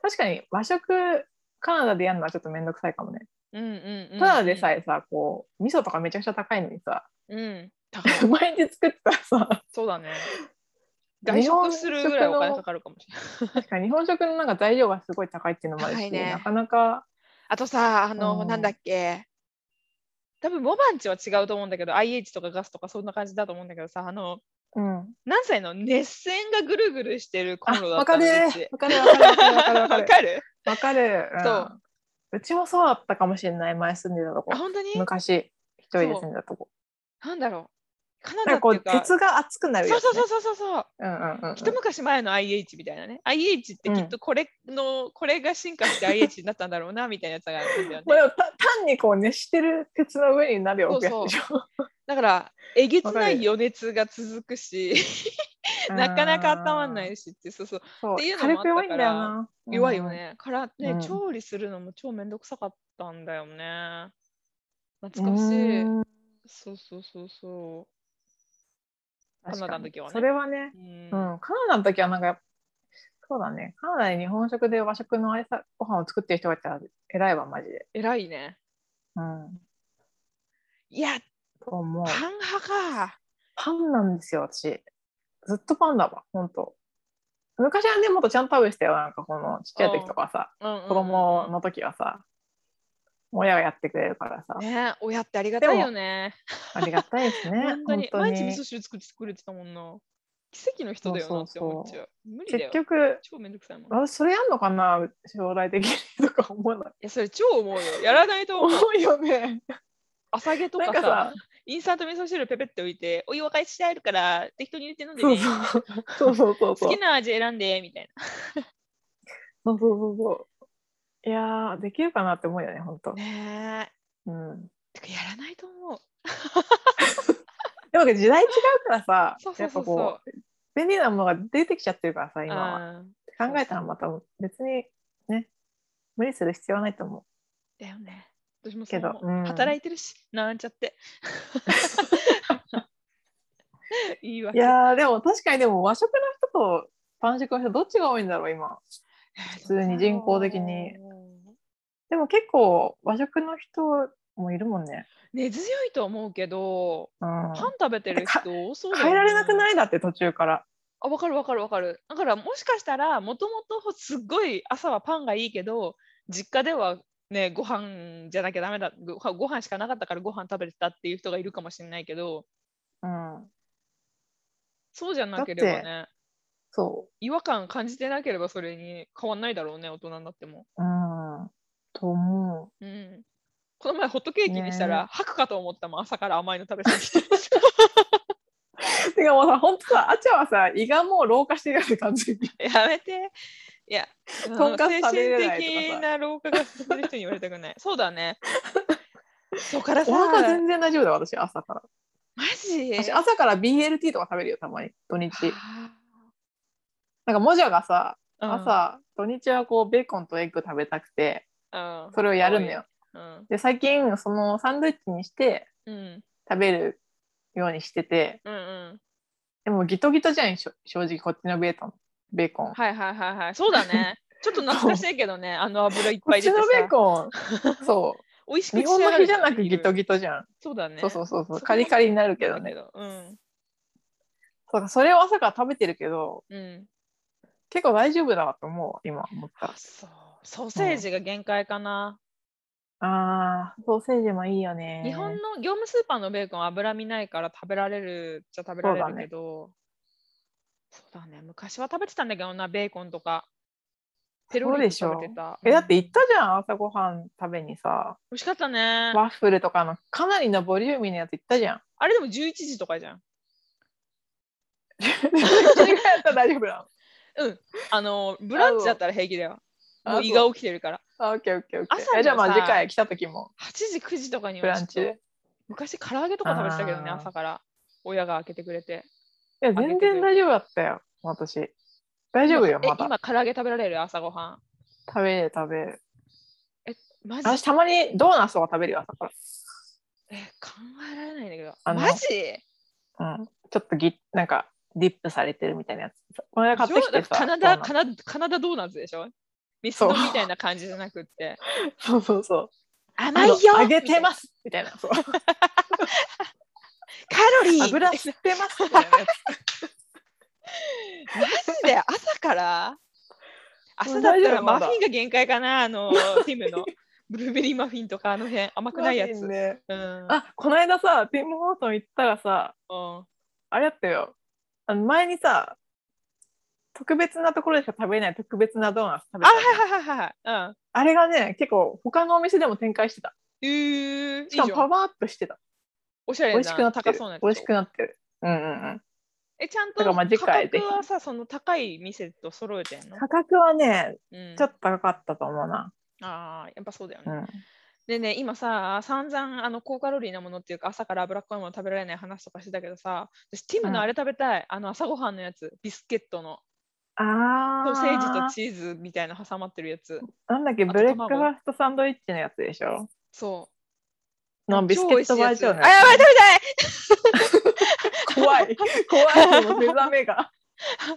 [SPEAKER 1] 確かに和食カナダでやるのはちょっと面倒くさいかもね。
[SPEAKER 2] うんうん、うん。
[SPEAKER 1] ただでさえさ、こう味噌とかめちゃくちゃ高いのにさ、 [laughs]
[SPEAKER 2] うん。高い。
[SPEAKER 1] 毎日作ってたら
[SPEAKER 2] [laughs]
[SPEAKER 1] さ、
[SPEAKER 2] そうだね。外
[SPEAKER 1] 日本
[SPEAKER 2] 食するぐらいお金かかるかもしれない。
[SPEAKER 1] 確かに日本食のなんか材料がすごい高いっていうのもある
[SPEAKER 2] 高
[SPEAKER 1] し、
[SPEAKER 2] いね
[SPEAKER 1] なかなか
[SPEAKER 2] あとさ、あ
[SPEAKER 1] う
[SPEAKER 2] の、
[SPEAKER 1] ん
[SPEAKER 2] なんだっけ。多分モバンチは違うと思うんだけど、IH とかガスとかそんな感じだと思うんだけどさ、あの、
[SPEAKER 1] うん。
[SPEAKER 2] 何歳の熱線がぐるぐるしてるコンロだ
[SPEAKER 1] わ
[SPEAKER 2] った
[SPEAKER 1] か
[SPEAKER 2] の
[SPEAKER 1] る
[SPEAKER 2] うち
[SPEAKER 1] わかるわかるわかるわか
[SPEAKER 2] わ [laughs]
[SPEAKER 1] る
[SPEAKER 2] かる
[SPEAKER 1] わかる。うん
[SPEAKER 2] そう
[SPEAKER 1] うちもそうだったかもしれない前住んでたとこ
[SPEAKER 2] あ、本当に
[SPEAKER 1] 昔一人で住んでたとこ
[SPEAKER 2] なんだろう。カナ
[SPEAKER 1] なんか
[SPEAKER 2] ダって
[SPEAKER 1] こ
[SPEAKER 2] いううか、そ
[SPEAKER 1] 鉄が熱くなるや
[SPEAKER 2] う
[SPEAKER 1] つ、ね、
[SPEAKER 2] そうそうそうそう。
[SPEAKER 1] うんうんうんうん
[SPEAKER 2] 一昔前の IH みたいなね IH ってきっとこれの、これが進化して IH になったんだろうなみたいなやつがあるんだよ
[SPEAKER 1] ま
[SPEAKER 2] ね
[SPEAKER 1] あ、でもた単にこう熱してる鉄の上に鍋を置くやつでしょ。
[SPEAKER 2] だからえげつ
[SPEAKER 1] わか
[SPEAKER 2] な
[SPEAKER 1] る
[SPEAKER 2] い余熱が続くし [laughs] なかなか温まんないしってそうそう
[SPEAKER 1] そう
[SPEAKER 2] っていうのもあったから
[SPEAKER 1] 火力弱いんだよな。
[SPEAKER 2] 弱いよね、からね、
[SPEAKER 1] うん
[SPEAKER 2] 調理するのも超めんどくさかったんだよね
[SPEAKER 1] うん。
[SPEAKER 2] 懐かしい、
[SPEAKER 1] うん
[SPEAKER 2] そうそうそうそカ
[SPEAKER 1] 確
[SPEAKER 2] ナ
[SPEAKER 1] か
[SPEAKER 2] ダ
[SPEAKER 1] に
[SPEAKER 2] の時はね
[SPEAKER 1] それはね、
[SPEAKER 2] う、う、
[SPEAKER 1] うんん、カナダの時はなんか、そうだね、カナダで日本食で和食のあれさご飯を作ってる人がいたら偉いわ、マジで。
[SPEAKER 2] 偉いね
[SPEAKER 1] うん。
[SPEAKER 2] いや
[SPEAKER 1] と思う
[SPEAKER 2] パ。ン派か
[SPEAKER 1] パンなんですよ、私。ずっとパンだわ、ほんと。昔はね、もっとちゃんと食べてたよ、なんかこのちっちゃい時とかさ、
[SPEAKER 2] うんうんうん
[SPEAKER 1] 子供の時はさ、親がやってくれるからさ、
[SPEAKER 2] ね親ってありがたいよね
[SPEAKER 1] ありがたいですね。
[SPEAKER 2] 本当に
[SPEAKER 1] 本
[SPEAKER 2] 毎日味噌汁作って作れてたもんな。奇跡の人だよなって思っちゃう。無理だよ
[SPEAKER 1] 結。局、
[SPEAKER 2] 超めんどくさいもん。い
[SPEAKER 1] 私それやんのかな将来的にとか思わない。
[SPEAKER 2] や、それ超思うよ。やらないと思う。
[SPEAKER 1] 思うよね。
[SPEAKER 2] 朝げとか
[SPEAKER 1] なん
[SPEAKER 2] さ
[SPEAKER 1] かさ、
[SPEAKER 2] インスタント味噌汁ペペって置いて、お湯沸かしてあるから適当に入れて飲んで
[SPEAKER 1] そう
[SPEAKER 2] ね。
[SPEAKER 1] そうそうそうそうそう
[SPEAKER 2] 好きな味選んでみたい
[SPEAKER 1] そうそうそう。いやーできるかなって思うよね本当。
[SPEAKER 2] な。ねえ。
[SPEAKER 1] うん。
[SPEAKER 2] てかやらないと思う。
[SPEAKER 1] でも時代違うからさ
[SPEAKER 2] そう、そ
[SPEAKER 1] や
[SPEAKER 2] う
[SPEAKER 1] っ
[SPEAKER 2] そ
[SPEAKER 1] ぱ
[SPEAKER 2] うそう
[SPEAKER 1] こう便利なものが出てきちゃってるからさ今は。
[SPEAKER 2] うん
[SPEAKER 1] 考えたらまた別にね無理する必要はないと思
[SPEAKER 2] だよね。私もそ
[SPEAKER 1] け
[SPEAKER 2] う
[SPEAKER 1] ど
[SPEAKER 2] 思う
[SPEAKER 1] うん
[SPEAKER 2] 働いてるし、なんちゃ
[SPEAKER 1] [laughs]
[SPEAKER 2] って。いいわ
[SPEAKER 1] う。いやーでも確かにでも和食の人とパン食の人どっちが多いんだろう今。
[SPEAKER 2] 普
[SPEAKER 1] 通に人工的にでも結構和食の人もいるもんね。
[SPEAKER 2] 根強いと思うけど、
[SPEAKER 1] うん。
[SPEAKER 2] パン食べてる人多そうだよ、ね、
[SPEAKER 1] 変えられなくないだって途中から。
[SPEAKER 2] あわかるわかるわかるだからもしかしたらもともとすっごい朝はパンがいいけど実家ではねご飯じゃなきゃダメだご飯ご飯しかなかったからご飯食べてたっていう人がいるかもしれないけど
[SPEAKER 1] うん。
[SPEAKER 2] そうじゃなければね
[SPEAKER 1] そ
[SPEAKER 2] 違和感感じてなければそれに変わんないだろうね大人になっても、
[SPEAKER 1] う。うん。と思
[SPEAKER 2] うん、この前ホットケーキにした
[SPEAKER 1] ね
[SPEAKER 2] ら吐くかと思ったもん朝から甘いの食べて
[SPEAKER 1] [laughs]
[SPEAKER 2] きて
[SPEAKER 1] う。てかもうさ、ほんとさ、あちゃはさ、胃がもう老化してるよって感じに。
[SPEAKER 2] やめていやあの
[SPEAKER 1] とんかつ食べれないとかさ
[SPEAKER 2] 精神的な老化が進んでる人に言われたくないそうだ
[SPEAKER 1] [laughs]
[SPEAKER 2] ねそうから
[SPEAKER 1] [laughs]
[SPEAKER 2] さ
[SPEAKER 1] お腹全然大丈夫だよ、私、朝から。
[SPEAKER 2] マジ
[SPEAKER 1] 私、朝から BLT とか食べるよ、たまに、土日。
[SPEAKER 2] あ
[SPEAKER 1] なんか、もじゃがさ、
[SPEAKER 2] ーうん
[SPEAKER 1] 朝、土日はこう、ベーコンとエッグ食べたくて、
[SPEAKER 2] うん
[SPEAKER 1] それをやるのよ。
[SPEAKER 2] うん
[SPEAKER 1] で、最近、そのサンドイッチにして
[SPEAKER 2] うん
[SPEAKER 1] 食べるようにしてて、
[SPEAKER 2] うんうん
[SPEAKER 1] でも、ギトギトじゃん、しょ正直、こっちのベートンベーコン。 [laughs]
[SPEAKER 2] はいはいはいはいそうだねちちょっと懐かしいけどね、あの油いっ
[SPEAKER 1] こ
[SPEAKER 2] ぱ
[SPEAKER 1] っ
[SPEAKER 2] い
[SPEAKER 1] ち
[SPEAKER 2] 出て
[SPEAKER 1] のベー
[SPEAKER 2] さ。
[SPEAKER 1] コン、そう、
[SPEAKER 2] 美味しく
[SPEAKER 1] 日本の日じゃなくギト
[SPEAKER 2] ギ
[SPEAKER 1] ギトじゃん。
[SPEAKER 2] そうだね。
[SPEAKER 1] そうそうそうそう、
[SPEAKER 2] そこ
[SPEAKER 1] カリカリになるけど
[SPEAKER 2] だ
[SPEAKER 1] ね。
[SPEAKER 2] うん。
[SPEAKER 1] そうか、それを朝から食べてるけど、
[SPEAKER 2] うん。
[SPEAKER 1] 結構大丈夫だわと思う、今思った
[SPEAKER 2] あ、。そう。ソーセージが限界かな。
[SPEAKER 1] あー、ソーセージもいいよね。
[SPEAKER 2] 日本の業務スーパーのベーコンは脂身ないから食べられるっちゃ食べられるけど、そうだね。昔は食べてたんだけどな、ベーコンとか。ペロ
[SPEAKER 1] そう
[SPEAKER 2] リ
[SPEAKER 1] で
[SPEAKER 2] と
[SPEAKER 1] しょ
[SPEAKER 2] 食べてた。
[SPEAKER 1] え、だって
[SPEAKER 2] うん
[SPEAKER 1] 行ったじゃん、朝ごはん食べにさ、
[SPEAKER 2] 美味しかったね。
[SPEAKER 1] ワッフルとかのかなりのボリューミーなやつ行ったじゃん。
[SPEAKER 2] あれでも11時とかじゃん。
[SPEAKER 1] [laughs] それぐらいやったら大丈夫なの。
[SPEAKER 2] うん。あの、ブランチだったら平気だよ。
[SPEAKER 1] あ
[SPEAKER 2] もう胃が起きてるから。
[SPEAKER 1] あ、オッケーオッケーオッケ
[SPEAKER 2] 朝に
[SPEAKER 1] ー。
[SPEAKER 2] も
[SPEAKER 1] えじゃあまあ
[SPEAKER 2] さ
[SPEAKER 1] 次回来た時も、
[SPEAKER 2] 8時、9時とかに
[SPEAKER 1] ブ
[SPEAKER 2] は
[SPEAKER 1] ラ
[SPEAKER 2] ちょ
[SPEAKER 1] ン
[SPEAKER 2] っ
[SPEAKER 1] チ
[SPEAKER 2] と
[SPEAKER 1] で。
[SPEAKER 2] 昔、唐揚げとか食べてたけどね、
[SPEAKER 1] あー
[SPEAKER 2] 朝から。親が開けてくれて。
[SPEAKER 1] いや、全然大丈夫だったよ、私。大丈夫よ、
[SPEAKER 2] え
[SPEAKER 1] まだ。
[SPEAKER 2] 今、唐揚げ食べられる朝ごはん。
[SPEAKER 1] 食べる食べる。
[SPEAKER 2] マジ
[SPEAKER 1] 私たまにドーナツとか食べるよ、朝か
[SPEAKER 2] え考えられないんだけど。
[SPEAKER 1] あの
[SPEAKER 2] マジ
[SPEAKER 1] ら。うん。ちょっとぎ、なんか、ディップされてるみたいなやつ。この間買ってきてさ。
[SPEAKER 2] カナ
[SPEAKER 1] ドー
[SPEAKER 2] ダ
[SPEAKER 1] ナツ
[SPEAKER 2] カナカナダドーナツでしょミスドみたいな感じじゃなくって。
[SPEAKER 1] そうそうそう。
[SPEAKER 2] 甘いよ
[SPEAKER 1] あの揚げて
[SPEAKER 2] す
[SPEAKER 1] ますみたいな。そう
[SPEAKER 2] カロリー
[SPEAKER 1] 油吸ってますみたいなやつ。
[SPEAKER 2] マジで朝から朝
[SPEAKER 1] もう
[SPEAKER 2] だっ
[SPEAKER 1] 大丈
[SPEAKER 2] た
[SPEAKER 1] 夫
[SPEAKER 2] ら
[SPEAKER 1] ま
[SPEAKER 2] マ
[SPEAKER 1] だ
[SPEAKER 2] フィンが限界かな、あの、ティムの。ブルーベリーマフィンとかあの辺、甘くないや
[SPEAKER 1] [laughs] マ
[SPEAKER 2] つ。
[SPEAKER 1] ジで
[SPEAKER 2] うん。
[SPEAKER 1] あ、この間さ、ティム・ホートン行ったらさ、
[SPEAKER 2] うん
[SPEAKER 1] あれやったよ。あの前にさ、特別なところでしか食べれない特別なドーナツ食べ
[SPEAKER 2] あ、
[SPEAKER 1] た。
[SPEAKER 2] はいはいはいはい。
[SPEAKER 1] あれがね、結構他のお店でも展開してた。
[SPEAKER 2] うん。うー、
[SPEAKER 1] しか
[SPEAKER 2] いい
[SPEAKER 1] も
[SPEAKER 2] じゃん
[SPEAKER 1] パワーアップしてた。
[SPEAKER 2] おしゃれ
[SPEAKER 1] 美
[SPEAKER 2] な
[SPEAKER 1] 味しくなって
[SPEAKER 2] 高
[SPEAKER 1] る
[SPEAKER 2] そうなや。つ
[SPEAKER 1] 美味しくなってる。うんうんうん。
[SPEAKER 2] え、ちゃんと
[SPEAKER 1] だからまあ次
[SPEAKER 2] 価
[SPEAKER 1] 回
[SPEAKER 2] 格はさ、その高い店と揃えてんの、
[SPEAKER 1] 価格はね、
[SPEAKER 2] うん、
[SPEAKER 1] ちょっと高かったと思うな。
[SPEAKER 2] ああ、やっぱそうだよ
[SPEAKER 1] う
[SPEAKER 2] ね。
[SPEAKER 1] ん。
[SPEAKER 2] でね、今さ、散々あの高カロリーなものっていうか、朝から脂っこいもの食べられない話とかしてたけどさ、私、ティム
[SPEAKER 1] うん
[SPEAKER 2] のあれ食べたい、あの朝ごはんのやつ、ビスケットの、
[SPEAKER 1] あ
[SPEAKER 2] ソ
[SPEAKER 1] ー。
[SPEAKER 2] ーセージとチーズみたいな挟まってるやつ。
[SPEAKER 1] なんだっけ、
[SPEAKER 2] あと
[SPEAKER 1] ブレックフ
[SPEAKER 2] 卵
[SPEAKER 1] ァーストサンドイッチのやつでしょ
[SPEAKER 2] そ
[SPEAKER 1] の
[SPEAKER 2] う。
[SPEAKER 1] ビスケットバージョン
[SPEAKER 2] 超
[SPEAKER 1] の
[SPEAKER 2] 美味しいやつあ、やばい、食べたい
[SPEAKER 1] 怖 [laughs] い。怖い。もう目覚め [laughs] が。
[SPEAKER 2] [laughs]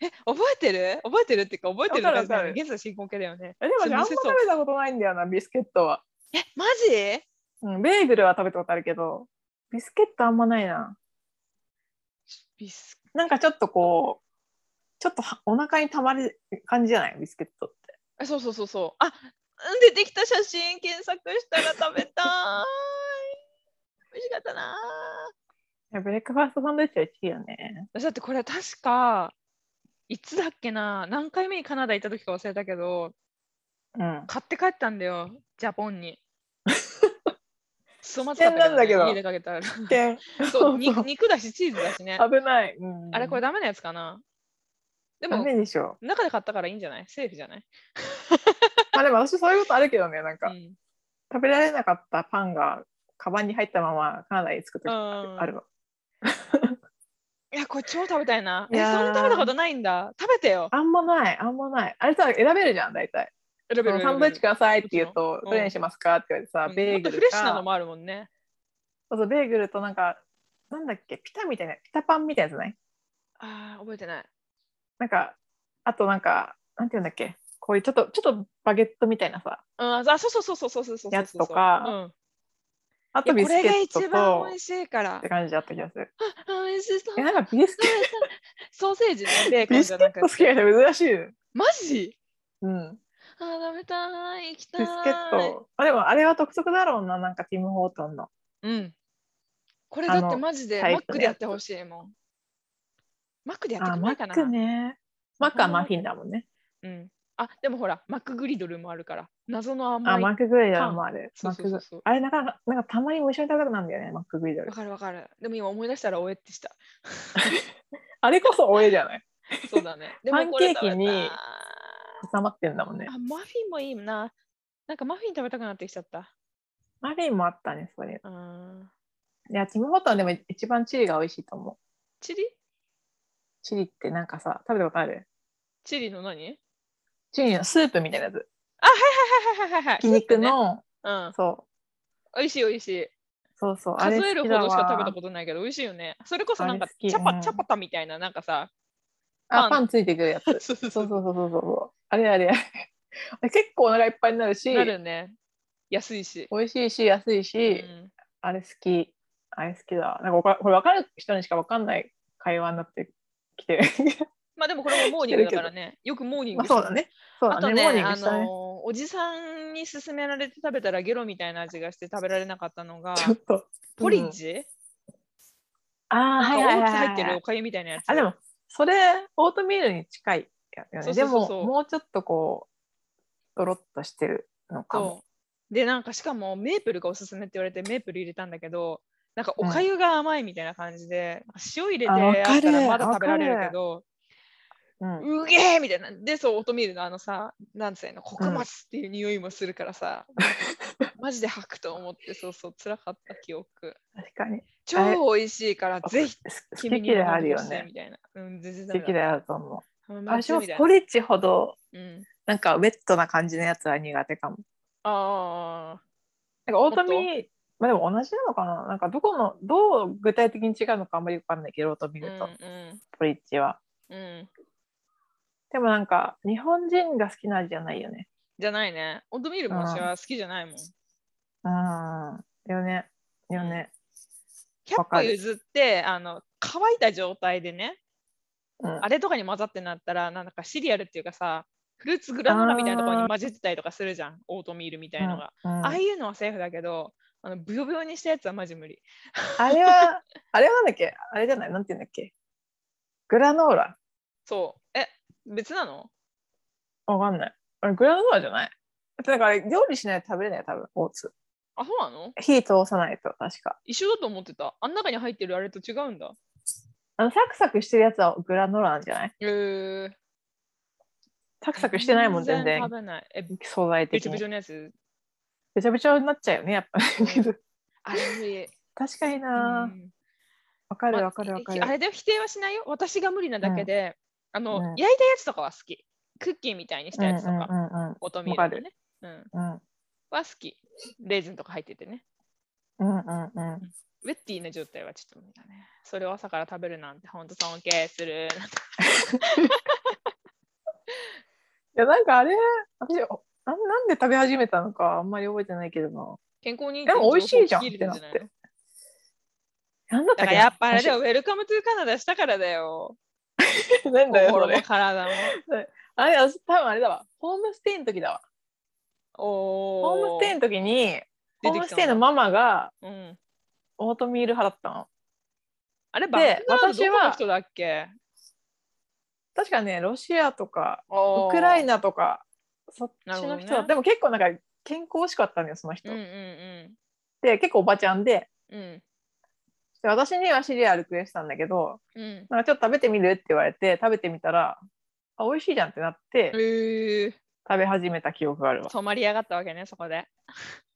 [SPEAKER 2] え、覚えてる覚えてるっていうか、覚えてる
[SPEAKER 1] わかるわかる
[SPEAKER 2] 現在進行形だよね。
[SPEAKER 1] えでも
[SPEAKER 2] そう
[SPEAKER 1] ねあんま
[SPEAKER 2] 店
[SPEAKER 1] 食
[SPEAKER 2] そう
[SPEAKER 1] べたことないんだよな、ビスケットは。
[SPEAKER 2] え、マジ
[SPEAKER 1] うん、ベーグルは食べたことあるけど、ビスケットあんまないな。
[SPEAKER 2] ビス
[SPEAKER 1] なんかちょっとこう、ちょっとはお腹にたまる感じじゃないビスケットって。
[SPEAKER 2] あそうそうそうそう。あうん出てきた写真検索したら食べたーい。 [laughs] 美味しかったなー。
[SPEAKER 1] いやブレックファーストサンドイッチは1位よね。
[SPEAKER 2] 私だってこれ確かいつだっけな何回目にカナダ行った時か忘れたけど
[SPEAKER 1] うん。 [laughs]
[SPEAKER 2] 買って帰ったんだよジャポン [laughs] に。そうまず
[SPEAKER 1] 危険なんだけど
[SPEAKER 2] 家でかけたら [laughs]
[SPEAKER 1] 危
[SPEAKER 2] そう
[SPEAKER 1] そう
[SPEAKER 2] 肉肉だしチーズだしね。
[SPEAKER 1] ない。うん、
[SPEAKER 2] あれこれダメなやつかなで
[SPEAKER 1] ダ
[SPEAKER 2] も
[SPEAKER 1] メでしょ。
[SPEAKER 2] 中で買ったからいいんじゃないセーフじゃない、
[SPEAKER 1] まあでも私そういうことあるけどね、なん
[SPEAKER 2] う
[SPEAKER 1] か、
[SPEAKER 2] ん、
[SPEAKER 1] 食べられなかったパンが、カバンに入ったままカナダに着くとき
[SPEAKER 2] うん
[SPEAKER 1] あるの。
[SPEAKER 2] いやこれ超食べたいな。え
[SPEAKER 1] いやー
[SPEAKER 2] そんな食べたことないんだ。食べてよ。
[SPEAKER 1] あんまない、あんまない。あれさ、選べるじゃん、大体。
[SPEAKER 2] 選
[SPEAKER 1] そ
[SPEAKER 2] べる
[SPEAKER 1] のサンドイッチくださいって言うと、
[SPEAKER 2] う
[SPEAKER 1] ど
[SPEAKER 2] ん
[SPEAKER 1] れにしますかって言われてさ
[SPEAKER 2] う、ん
[SPEAKER 1] ベ
[SPEAKER 2] もっ
[SPEAKER 1] ーグルか。
[SPEAKER 2] とフレッシュなのもあるもんね。
[SPEAKER 1] そうそう、ベーグルとなんか、なんだっけ、ピタみたいな、ピタパンみたいなやつない
[SPEAKER 2] ああ、覚えてない。
[SPEAKER 1] なんか、あとなんか、なんて言うんだっけ、こういうちょっと、ちょっとバゲットみたいなさ、
[SPEAKER 2] うん、あ、そうそうそうそうそうそうそうそう。
[SPEAKER 1] やつとか
[SPEAKER 2] うん
[SPEAKER 1] あ
[SPEAKER 2] いや
[SPEAKER 1] とビス
[SPEAKER 2] これ
[SPEAKER 1] ケッ
[SPEAKER 2] が
[SPEAKER 1] ト
[SPEAKER 2] 一番
[SPEAKER 1] と、
[SPEAKER 2] 美
[SPEAKER 1] っ
[SPEAKER 2] 味しいから
[SPEAKER 1] て。感じだった気がする。
[SPEAKER 2] あ美味しそう
[SPEAKER 1] え、。なんかビスケッ
[SPEAKER 2] [laughs] ソーセージのベー
[SPEAKER 1] ト、
[SPEAKER 2] コン
[SPEAKER 1] ビス
[SPEAKER 2] じ
[SPEAKER 1] ケ
[SPEAKER 2] ゃな
[SPEAKER 1] ッ
[SPEAKER 2] く
[SPEAKER 1] ト好き
[SPEAKER 2] て。
[SPEAKER 1] な人珍しい。
[SPEAKER 2] マジ
[SPEAKER 1] うん。
[SPEAKER 2] あー、食べたい。行きたい。
[SPEAKER 1] ビスケッ。ト。あ、でもあれは独特だろうな、なんかティム・ホートンの。
[SPEAKER 2] うん。これだってマジで
[SPEAKER 1] あ
[SPEAKER 2] マ
[SPEAKER 1] の
[SPEAKER 2] ックでやってほしいもん。マックでやって
[SPEAKER 1] あ、
[SPEAKER 2] くれ
[SPEAKER 1] マ
[SPEAKER 2] ないか
[SPEAKER 1] ッ
[SPEAKER 2] な。
[SPEAKER 1] クね。マックはマフィンだもんね。
[SPEAKER 2] うん。あ、でもほら、マックグリドルもあるから。謎の甘い。
[SPEAKER 1] あ、マックグリドルもある。
[SPEAKER 2] そ
[SPEAKER 1] マ
[SPEAKER 2] う
[SPEAKER 1] ッ
[SPEAKER 2] そう
[SPEAKER 1] ク
[SPEAKER 2] そ
[SPEAKER 1] グ
[SPEAKER 2] うそう
[SPEAKER 1] あれ、なかなか、なんかたまにも一緒に食べたくなるんだよね、マックグリドル
[SPEAKER 2] わ。かるわかる。でも今思い出したらおえってした。
[SPEAKER 1] あれこそおえじゃない
[SPEAKER 2] そう
[SPEAKER 1] [laughs]
[SPEAKER 2] だね。で
[SPEAKER 1] パ
[SPEAKER 2] も
[SPEAKER 1] ン
[SPEAKER 2] こ
[SPEAKER 1] ケ
[SPEAKER 2] れ
[SPEAKER 1] ーキに
[SPEAKER 2] 食べたい
[SPEAKER 1] 挟まってんだもんね。
[SPEAKER 2] あ、マフィンもいいな。なんかマフィン食べたくなってきちゃった。
[SPEAKER 1] マフィンもあったね、それ。
[SPEAKER 2] うーん。
[SPEAKER 1] いや、ティム・ホートンでも一番チリが美味しいと思う。
[SPEAKER 2] チリ
[SPEAKER 1] チリってなんかさ、食べたことある
[SPEAKER 2] チリの何
[SPEAKER 1] チリのスープみたいなやつ。
[SPEAKER 2] はいはいはいはいはい。
[SPEAKER 1] ひき肉
[SPEAKER 2] ね。
[SPEAKER 1] の、
[SPEAKER 2] うん。
[SPEAKER 1] そ
[SPEAKER 2] 美味しい美味しい。
[SPEAKER 1] う、そうそう。あ
[SPEAKER 2] 数
[SPEAKER 1] れ
[SPEAKER 2] える
[SPEAKER 1] 好き
[SPEAKER 2] ほ
[SPEAKER 1] だ
[SPEAKER 2] どしか食べ
[SPEAKER 1] わ
[SPEAKER 2] たことないけど、美味しいよね。それこそなんか
[SPEAKER 1] あれ好
[SPEAKER 2] チ
[SPEAKER 1] き
[SPEAKER 2] ャパ、
[SPEAKER 1] うん
[SPEAKER 2] チャパタみたいな、なんかさ、
[SPEAKER 1] あ、
[SPEAKER 2] パン
[SPEAKER 1] パンついてくるやつ。
[SPEAKER 2] そうそう
[SPEAKER 1] そうそうそうそうそう。あれあれあれ。結構お腹いっぱいになるし、
[SPEAKER 2] なるね。安いし。
[SPEAKER 1] 美味しいし、安いし、
[SPEAKER 2] うん
[SPEAKER 1] あれ好き。あれ好きだ。なんかわかこれ分かる人にしか分かんない会話になってき
[SPEAKER 2] [laughs]
[SPEAKER 1] てる。
[SPEAKER 2] まあでもこれもモーニングだからね。よくモーニング
[SPEAKER 1] まあ
[SPEAKER 2] した
[SPEAKER 1] そうだね。そう
[SPEAKER 2] あ
[SPEAKER 1] だ
[SPEAKER 2] と
[SPEAKER 1] ね。
[SPEAKER 2] ね、
[SPEAKER 1] モーニン
[SPEAKER 2] あ
[SPEAKER 1] グしたね。
[SPEAKER 2] のおじさんに勧められて食べたらゲロみたいな味がして食べられなかったのが、
[SPEAKER 1] ちょっと。
[SPEAKER 2] ポリッジ、
[SPEAKER 1] ああ、
[SPEAKER 2] なん
[SPEAKER 1] はい
[SPEAKER 2] か
[SPEAKER 1] はい
[SPEAKER 2] 大
[SPEAKER 1] は
[SPEAKER 2] 津
[SPEAKER 1] い
[SPEAKER 2] 入って
[SPEAKER 1] は
[SPEAKER 2] るお
[SPEAKER 1] い。
[SPEAKER 2] かゆみたいなやつ。
[SPEAKER 1] あ、でも、それ、オートミールに近いよね。
[SPEAKER 2] そうそうそう
[SPEAKER 1] でも、
[SPEAKER 2] そう
[SPEAKER 1] もうちょっとこう、ドロッとしてるのかも。
[SPEAKER 2] そう。で、なんかしかもメープルがおすすめって言われてメープル入れたんだけど、なんかおかゆが甘いみたいな感じで、塩入れて
[SPEAKER 1] あわかる
[SPEAKER 2] あったらまだ食べられるけど、
[SPEAKER 1] うん、
[SPEAKER 2] うげえみたいな。で、そう、オートミールのあのさ、なんつうの、穀物っていう匂いもするからさ、マジで吐くと思って、そうそう、辛かった記憶。
[SPEAKER 1] 確かに。
[SPEAKER 2] 超美味しいから、ぜひ
[SPEAKER 1] 好き
[SPEAKER 2] 君に
[SPEAKER 1] 嫌いあるよ
[SPEAKER 2] 飲んでほしい
[SPEAKER 1] ね。
[SPEAKER 2] みたいな。うん、全然
[SPEAKER 1] 好
[SPEAKER 2] ダメ
[SPEAKER 1] き
[SPEAKER 2] だ。
[SPEAKER 1] 嫌いあると思う。
[SPEAKER 2] うんま
[SPEAKER 1] 私
[SPEAKER 2] ずい
[SPEAKER 1] も
[SPEAKER 2] みたいな
[SPEAKER 1] ポリッチほど、
[SPEAKER 2] うん。
[SPEAKER 1] なんかウェットな感じのやつは苦手かも。
[SPEAKER 2] あ
[SPEAKER 1] なんかオート
[SPEAKER 2] もっ
[SPEAKER 1] ミー、まあでも同じなのかななんかどこの、どう具体的に違うのかあんまりわかんないけど、オートミ
[SPEAKER 2] あ、う
[SPEAKER 1] ール
[SPEAKER 2] ん
[SPEAKER 1] と、ポリッチは。
[SPEAKER 2] うん、うん。
[SPEAKER 1] でもなんか、日本人が好きな味じゃないよね。
[SPEAKER 2] じゃないね。オートミールも私は好きじゃないもん。
[SPEAKER 1] うん。よね。よね。
[SPEAKER 2] 100
[SPEAKER 1] わ
[SPEAKER 2] 歩
[SPEAKER 1] かる
[SPEAKER 2] 譲ってあの乾いた状態でね
[SPEAKER 1] うん
[SPEAKER 2] あれとかに混ざってなったらなんだかシリアルっていうかさフルーツグラノーラみたいなところに混じってたりとかするじゃんオートミールみたいのが、
[SPEAKER 1] うん
[SPEAKER 2] ああいうのはセーフだけどあのブヨブヨにしたやつはマジ無理
[SPEAKER 1] あれは、あれはなんだっけあれじゃないなんて言うんだっけグラノーラ。
[SPEAKER 2] そうえ別なの
[SPEAKER 1] わかんない。あれグラノーラじゃないだってなんかあれ、料理しないと食べれないよ、多分、オーツ。
[SPEAKER 2] あそうなの
[SPEAKER 1] 火通さないと、確か。
[SPEAKER 2] 一緒だと思ってたあん中に入ってるあれと違うんだ
[SPEAKER 1] あの、サクサクしてるやつはグラノーラなんじゃない
[SPEAKER 2] へえ
[SPEAKER 1] サクサクしてないもん、全然
[SPEAKER 2] 食。べないえ
[SPEAKER 1] 素材
[SPEAKER 2] べ
[SPEAKER 1] 的
[SPEAKER 2] ちょ
[SPEAKER 1] に。べ
[SPEAKER 2] べち
[SPEAKER 1] ち
[SPEAKER 2] ょのやつ
[SPEAKER 1] ゃべちゃになっちゃうよね、やっぱ。
[SPEAKER 2] あれ
[SPEAKER 1] [laughs]
[SPEAKER 2] 無理
[SPEAKER 1] 確かに
[SPEAKER 2] う
[SPEAKER 1] な。
[SPEAKER 2] ん
[SPEAKER 1] わか
[SPEAKER 2] ま
[SPEAKER 1] る
[SPEAKER 2] あ
[SPEAKER 1] わかるわか
[SPEAKER 2] あ
[SPEAKER 1] る。
[SPEAKER 2] れで否定はしないよ。私が無理なだけで、あの、
[SPEAKER 1] うん
[SPEAKER 2] 焼いたやつとかは好き。クッキーみたいにし
[SPEAKER 1] う
[SPEAKER 2] た
[SPEAKER 1] んう
[SPEAKER 2] や
[SPEAKER 1] ん
[SPEAKER 2] つとか、
[SPEAKER 1] うん
[SPEAKER 2] オートミールとかね、うん、
[SPEAKER 1] うんうん
[SPEAKER 2] は好き。レーズンとか入っててね。
[SPEAKER 1] うんうんうん。
[SPEAKER 2] ウェッティーな状態はちょっと無理だね。それを朝から食べるなんて、本当尊敬する。 [laughs]
[SPEAKER 1] いや、なんかあれ、私、おなんなんで食べ始めたのかあんまり覚えてないけどな。
[SPEAKER 2] 健康にいい
[SPEAKER 1] でも美味しいじゃん
[SPEAKER 2] 情報
[SPEAKER 1] ってなっ
[SPEAKER 2] 聞いてる
[SPEAKER 1] て
[SPEAKER 2] んじゃないの。
[SPEAKER 1] なんだった
[SPEAKER 2] だか
[SPEAKER 1] っ
[SPEAKER 2] ら
[SPEAKER 1] け
[SPEAKER 2] やっぱあれだよ、ウェルカムトゥーカナダしたからだよ。
[SPEAKER 1] 私なんだよ、そ
[SPEAKER 2] 心も
[SPEAKER 1] れ。
[SPEAKER 2] 体も。
[SPEAKER 1] あれ、私多分あれだわ。ホームステイの時だわ。
[SPEAKER 2] お
[SPEAKER 1] ホームステイの時に、ホ
[SPEAKER 2] 出
[SPEAKER 1] ー
[SPEAKER 2] て
[SPEAKER 1] ムス
[SPEAKER 2] きたんだ
[SPEAKER 1] テイのママが
[SPEAKER 2] うん、
[SPEAKER 1] オートミール派だったの。
[SPEAKER 2] あれ、バックナード
[SPEAKER 1] 私
[SPEAKER 2] ど
[SPEAKER 1] は
[SPEAKER 2] この人だっけ
[SPEAKER 1] 確かね、ロシアとか、
[SPEAKER 2] ウ
[SPEAKER 1] ウクライ
[SPEAKER 2] ナ。
[SPEAKER 1] ナとか、そっち
[SPEAKER 2] なる
[SPEAKER 1] の
[SPEAKER 2] ほ
[SPEAKER 1] 人
[SPEAKER 2] ど
[SPEAKER 1] だ、
[SPEAKER 2] ね
[SPEAKER 1] でも結構なんか健康しかったのよ、その人。
[SPEAKER 2] うんうん
[SPEAKER 1] で、結構おばちゃんで、
[SPEAKER 2] うん。うん
[SPEAKER 1] で私にはシリアルクエストなんだけど、
[SPEAKER 2] うん、
[SPEAKER 1] なんかちょっと食べてみるって言われて、食べてみたら、あ、美味しいじゃんってなって、
[SPEAKER 2] えー、
[SPEAKER 1] 食べ始めた記憶があるわ。
[SPEAKER 2] 染まりやがったわけね、そこで。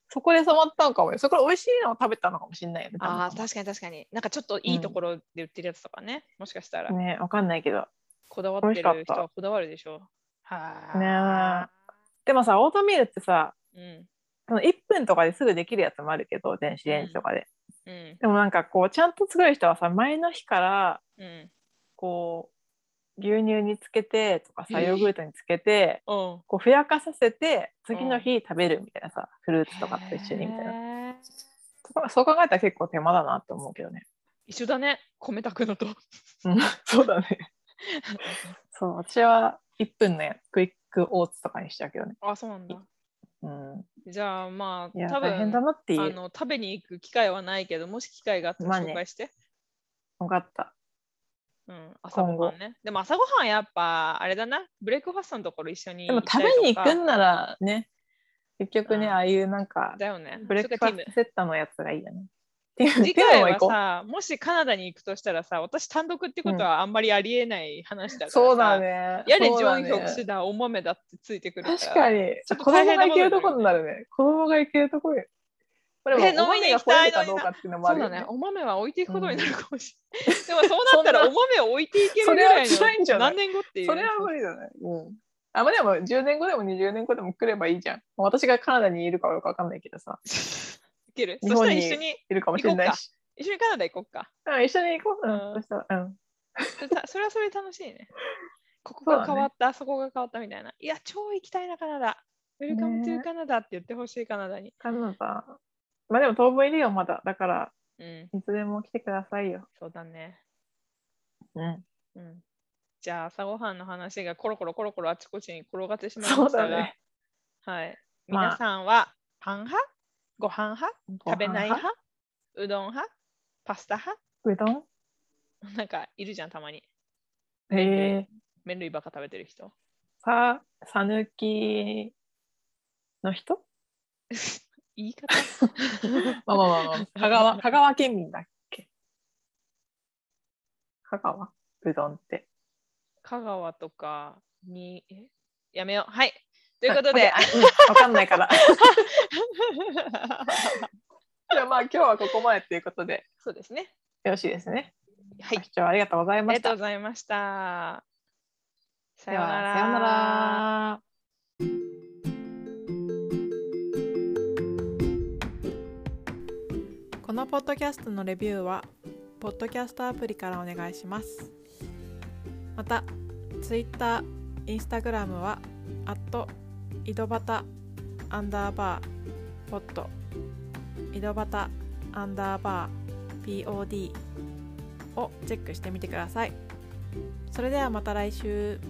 [SPEAKER 1] そこで染まったのかもよ。そこで美味しいのを食べたのかもしれないよね。多分
[SPEAKER 2] ああ、確かに確かに。なんかちょっといいところで売ってるやつとかね、もしかしたら、
[SPEAKER 1] ね、わかんないけど。
[SPEAKER 2] こだわって
[SPEAKER 1] 美味
[SPEAKER 2] る
[SPEAKER 1] しか
[SPEAKER 2] 人
[SPEAKER 1] った
[SPEAKER 2] はこだわるでしょ。はあ
[SPEAKER 1] ね。でもさ、オートミールってさ、
[SPEAKER 2] うん。
[SPEAKER 1] その1分とかですぐできるやつもあるけど、電子レンジとかで。
[SPEAKER 2] うん。
[SPEAKER 1] でもなんかこう、ちゃんと作る人はさ、前の日から、
[SPEAKER 2] うん。
[SPEAKER 1] こう、牛乳につけてとかさ、
[SPEAKER 2] えー
[SPEAKER 1] ヨーグルトにつけて、
[SPEAKER 2] うん。
[SPEAKER 1] こう、ふやかさせて、次の日食べるみたいなさ、フルーツとかと一緒にみたいな。
[SPEAKER 2] へー
[SPEAKER 1] そこそう考えたら結構手間だなって思うけどね。
[SPEAKER 2] 一緒だね、米炊くのと。 [laughs]
[SPEAKER 1] うん、 [laughs] そうだね。そう、私は1分のやクイックオーツとかにしちゃうけどね。
[SPEAKER 2] あ、そうなんだ。
[SPEAKER 1] うん。
[SPEAKER 2] じゃあま
[SPEAKER 1] い
[SPEAKER 2] あ、
[SPEAKER 1] や、
[SPEAKER 2] 多
[SPEAKER 1] 大変
[SPEAKER 2] 分
[SPEAKER 1] だなってい
[SPEAKER 2] あ
[SPEAKER 1] う。
[SPEAKER 2] の食べに行く機会はないけど、もし機会があった
[SPEAKER 1] まあ
[SPEAKER 2] ら
[SPEAKER 1] ね
[SPEAKER 2] 紹介して。
[SPEAKER 1] 分かった。
[SPEAKER 2] うん、朝ごはんね。でも朝ごはんやっぱ、あれだな、ブレイクファストのところ一緒に
[SPEAKER 1] でも
[SPEAKER 2] 行きた
[SPEAKER 1] 食べ
[SPEAKER 2] いとか
[SPEAKER 1] に行くんならね、結局ね、
[SPEAKER 2] うん
[SPEAKER 1] ああいうなんか、
[SPEAKER 2] だよね。
[SPEAKER 1] ブレックフ
[SPEAKER 2] それ
[SPEAKER 1] ァ
[SPEAKER 2] かティム
[SPEAKER 1] ストセッターのやつがいいよね。テ [laughs] ィム、
[SPEAKER 2] 次
[SPEAKER 1] ティム
[SPEAKER 2] 回
[SPEAKER 1] も
[SPEAKER 2] は
[SPEAKER 1] 行こう。
[SPEAKER 2] さ、もしカナダに行くとしたらさ、私単独ってことはあんまりありえない話だからさ、
[SPEAKER 1] そうだ。ね。
[SPEAKER 2] やれ
[SPEAKER 1] そう
[SPEAKER 2] 上
[SPEAKER 1] だ
[SPEAKER 2] 位
[SPEAKER 1] ね
[SPEAKER 2] 曲手段、お豆だってついてくるから。
[SPEAKER 1] 確かに。
[SPEAKER 2] [laughs] ちょっと
[SPEAKER 1] 子
[SPEAKER 2] 大変
[SPEAKER 1] 供
[SPEAKER 2] な
[SPEAKER 1] が
[SPEAKER 2] こ
[SPEAKER 1] 行け
[SPEAKER 2] とになる
[SPEAKER 1] るとこになるね。子供が行けるとこへ。これも
[SPEAKER 2] え
[SPEAKER 1] お
[SPEAKER 2] 飲
[SPEAKER 1] 豆
[SPEAKER 2] みに行
[SPEAKER 1] が
[SPEAKER 2] き
[SPEAKER 1] 来れ
[SPEAKER 2] たい
[SPEAKER 1] るかど
[SPEAKER 2] のに
[SPEAKER 1] うかっていうのもあ
[SPEAKER 2] そう
[SPEAKER 1] る
[SPEAKER 2] だ
[SPEAKER 1] よ
[SPEAKER 2] ね
[SPEAKER 1] ね。。
[SPEAKER 2] お豆は置いていくことになるかもしれない。でも
[SPEAKER 1] そ
[SPEAKER 2] そうなんった
[SPEAKER 1] な
[SPEAKER 2] らお豆を置いていけるぐらい
[SPEAKER 1] それは辛いんじ
[SPEAKER 2] の
[SPEAKER 1] ゃない
[SPEAKER 2] 何年後っていう。
[SPEAKER 1] それは無理だね。うん。あ、まあでも10年後でも20年後でも来ればいいじゃん。私がカナダにいるかどうかわかんないけどさ、
[SPEAKER 2] いける。そ
[SPEAKER 1] 日
[SPEAKER 2] した
[SPEAKER 1] 本
[SPEAKER 2] ら
[SPEAKER 1] に
[SPEAKER 2] 一緒に、
[SPEAKER 1] いるかもしれないし。 [laughs]
[SPEAKER 2] 一緒にカナダ行こうか。
[SPEAKER 1] うん、一緒に行こう。うん
[SPEAKER 2] う、ん
[SPEAKER 1] そしたら、うん。
[SPEAKER 2] それたそれはそれで楽しいね。ここ
[SPEAKER 1] そうだ
[SPEAKER 2] が
[SPEAKER 1] ね
[SPEAKER 2] 変わった、そ,、こが変わったみたいな。いや、超行きたいな、カナダ。ウェルカムトゥ
[SPEAKER 1] ね
[SPEAKER 2] ーカナダって言ってほしい、カナダに。
[SPEAKER 1] カナダ。まあでも当分いるよ、まだ。だから、
[SPEAKER 2] うん、
[SPEAKER 1] いつでも来てくださいよ。
[SPEAKER 2] そうだね。
[SPEAKER 1] うん。
[SPEAKER 2] うん、じゃあ、朝ごはんの話がコロコロコロコロあちこちに転がってしまいま
[SPEAKER 1] そう
[SPEAKER 2] した
[SPEAKER 1] だ
[SPEAKER 2] が、
[SPEAKER 1] ね。
[SPEAKER 2] はい。
[SPEAKER 1] まあ
[SPEAKER 2] 皆さんは、パン派ご飯派食べない
[SPEAKER 1] ご飯派
[SPEAKER 2] 派うどん派パスタ派
[SPEAKER 1] うどん
[SPEAKER 2] なんかいるじゃん、たまに。
[SPEAKER 1] えー、
[SPEAKER 2] 麺類ばっか食べてる人。 [laughs]
[SPEAKER 1] さ、さぬきの人
[SPEAKER 2] 言い方
[SPEAKER 1] [laughs] まあまあまあまあ、香川、香川県民だっけ香川うどんって。
[SPEAKER 2] 香川とかに、えやめよう。はい。ということで、
[SPEAKER 1] あ。うんわかんないから。 [laughs] じゃあまあ今日はここまでということで、
[SPEAKER 2] [laughs] そうですね。
[SPEAKER 1] よろしいですね。
[SPEAKER 2] はい。
[SPEAKER 1] 視聴ありがとうござい
[SPEAKER 2] あ
[SPEAKER 1] ま
[SPEAKER 2] り
[SPEAKER 1] し
[SPEAKER 2] がとう
[SPEAKER 1] た。
[SPEAKER 2] ございました。さ
[SPEAKER 1] で
[SPEAKER 2] よう
[SPEAKER 1] は
[SPEAKER 2] なら。
[SPEAKER 1] さようなら。
[SPEAKER 3] このポッドキャストのレビューはポッドキャストアプリからお願いしますまた Twitter、Instagram は井戸端アンダーバーポッド井戸端アンダーバー POD をチェックしてみてくださいそれではまた来週